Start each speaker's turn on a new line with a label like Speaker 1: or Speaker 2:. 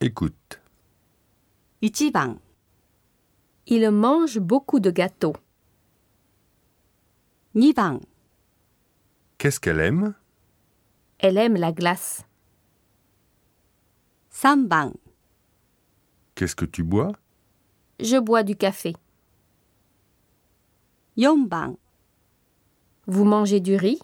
Speaker 1: Écoute.
Speaker 2: 1番、
Speaker 3: Il mange beaucoup de gâteaux.
Speaker 2: 2番、
Speaker 1: Qu'est-ce qu'elle aime
Speaker 3: Elle aime la glace.
Speaker 2: 3番、
Speaker 1: Qu'est-ce que tu bois
Speaker 3: Je bois du café.
Speaker 2: 4番、
Speaker 3: Vous mangez du riz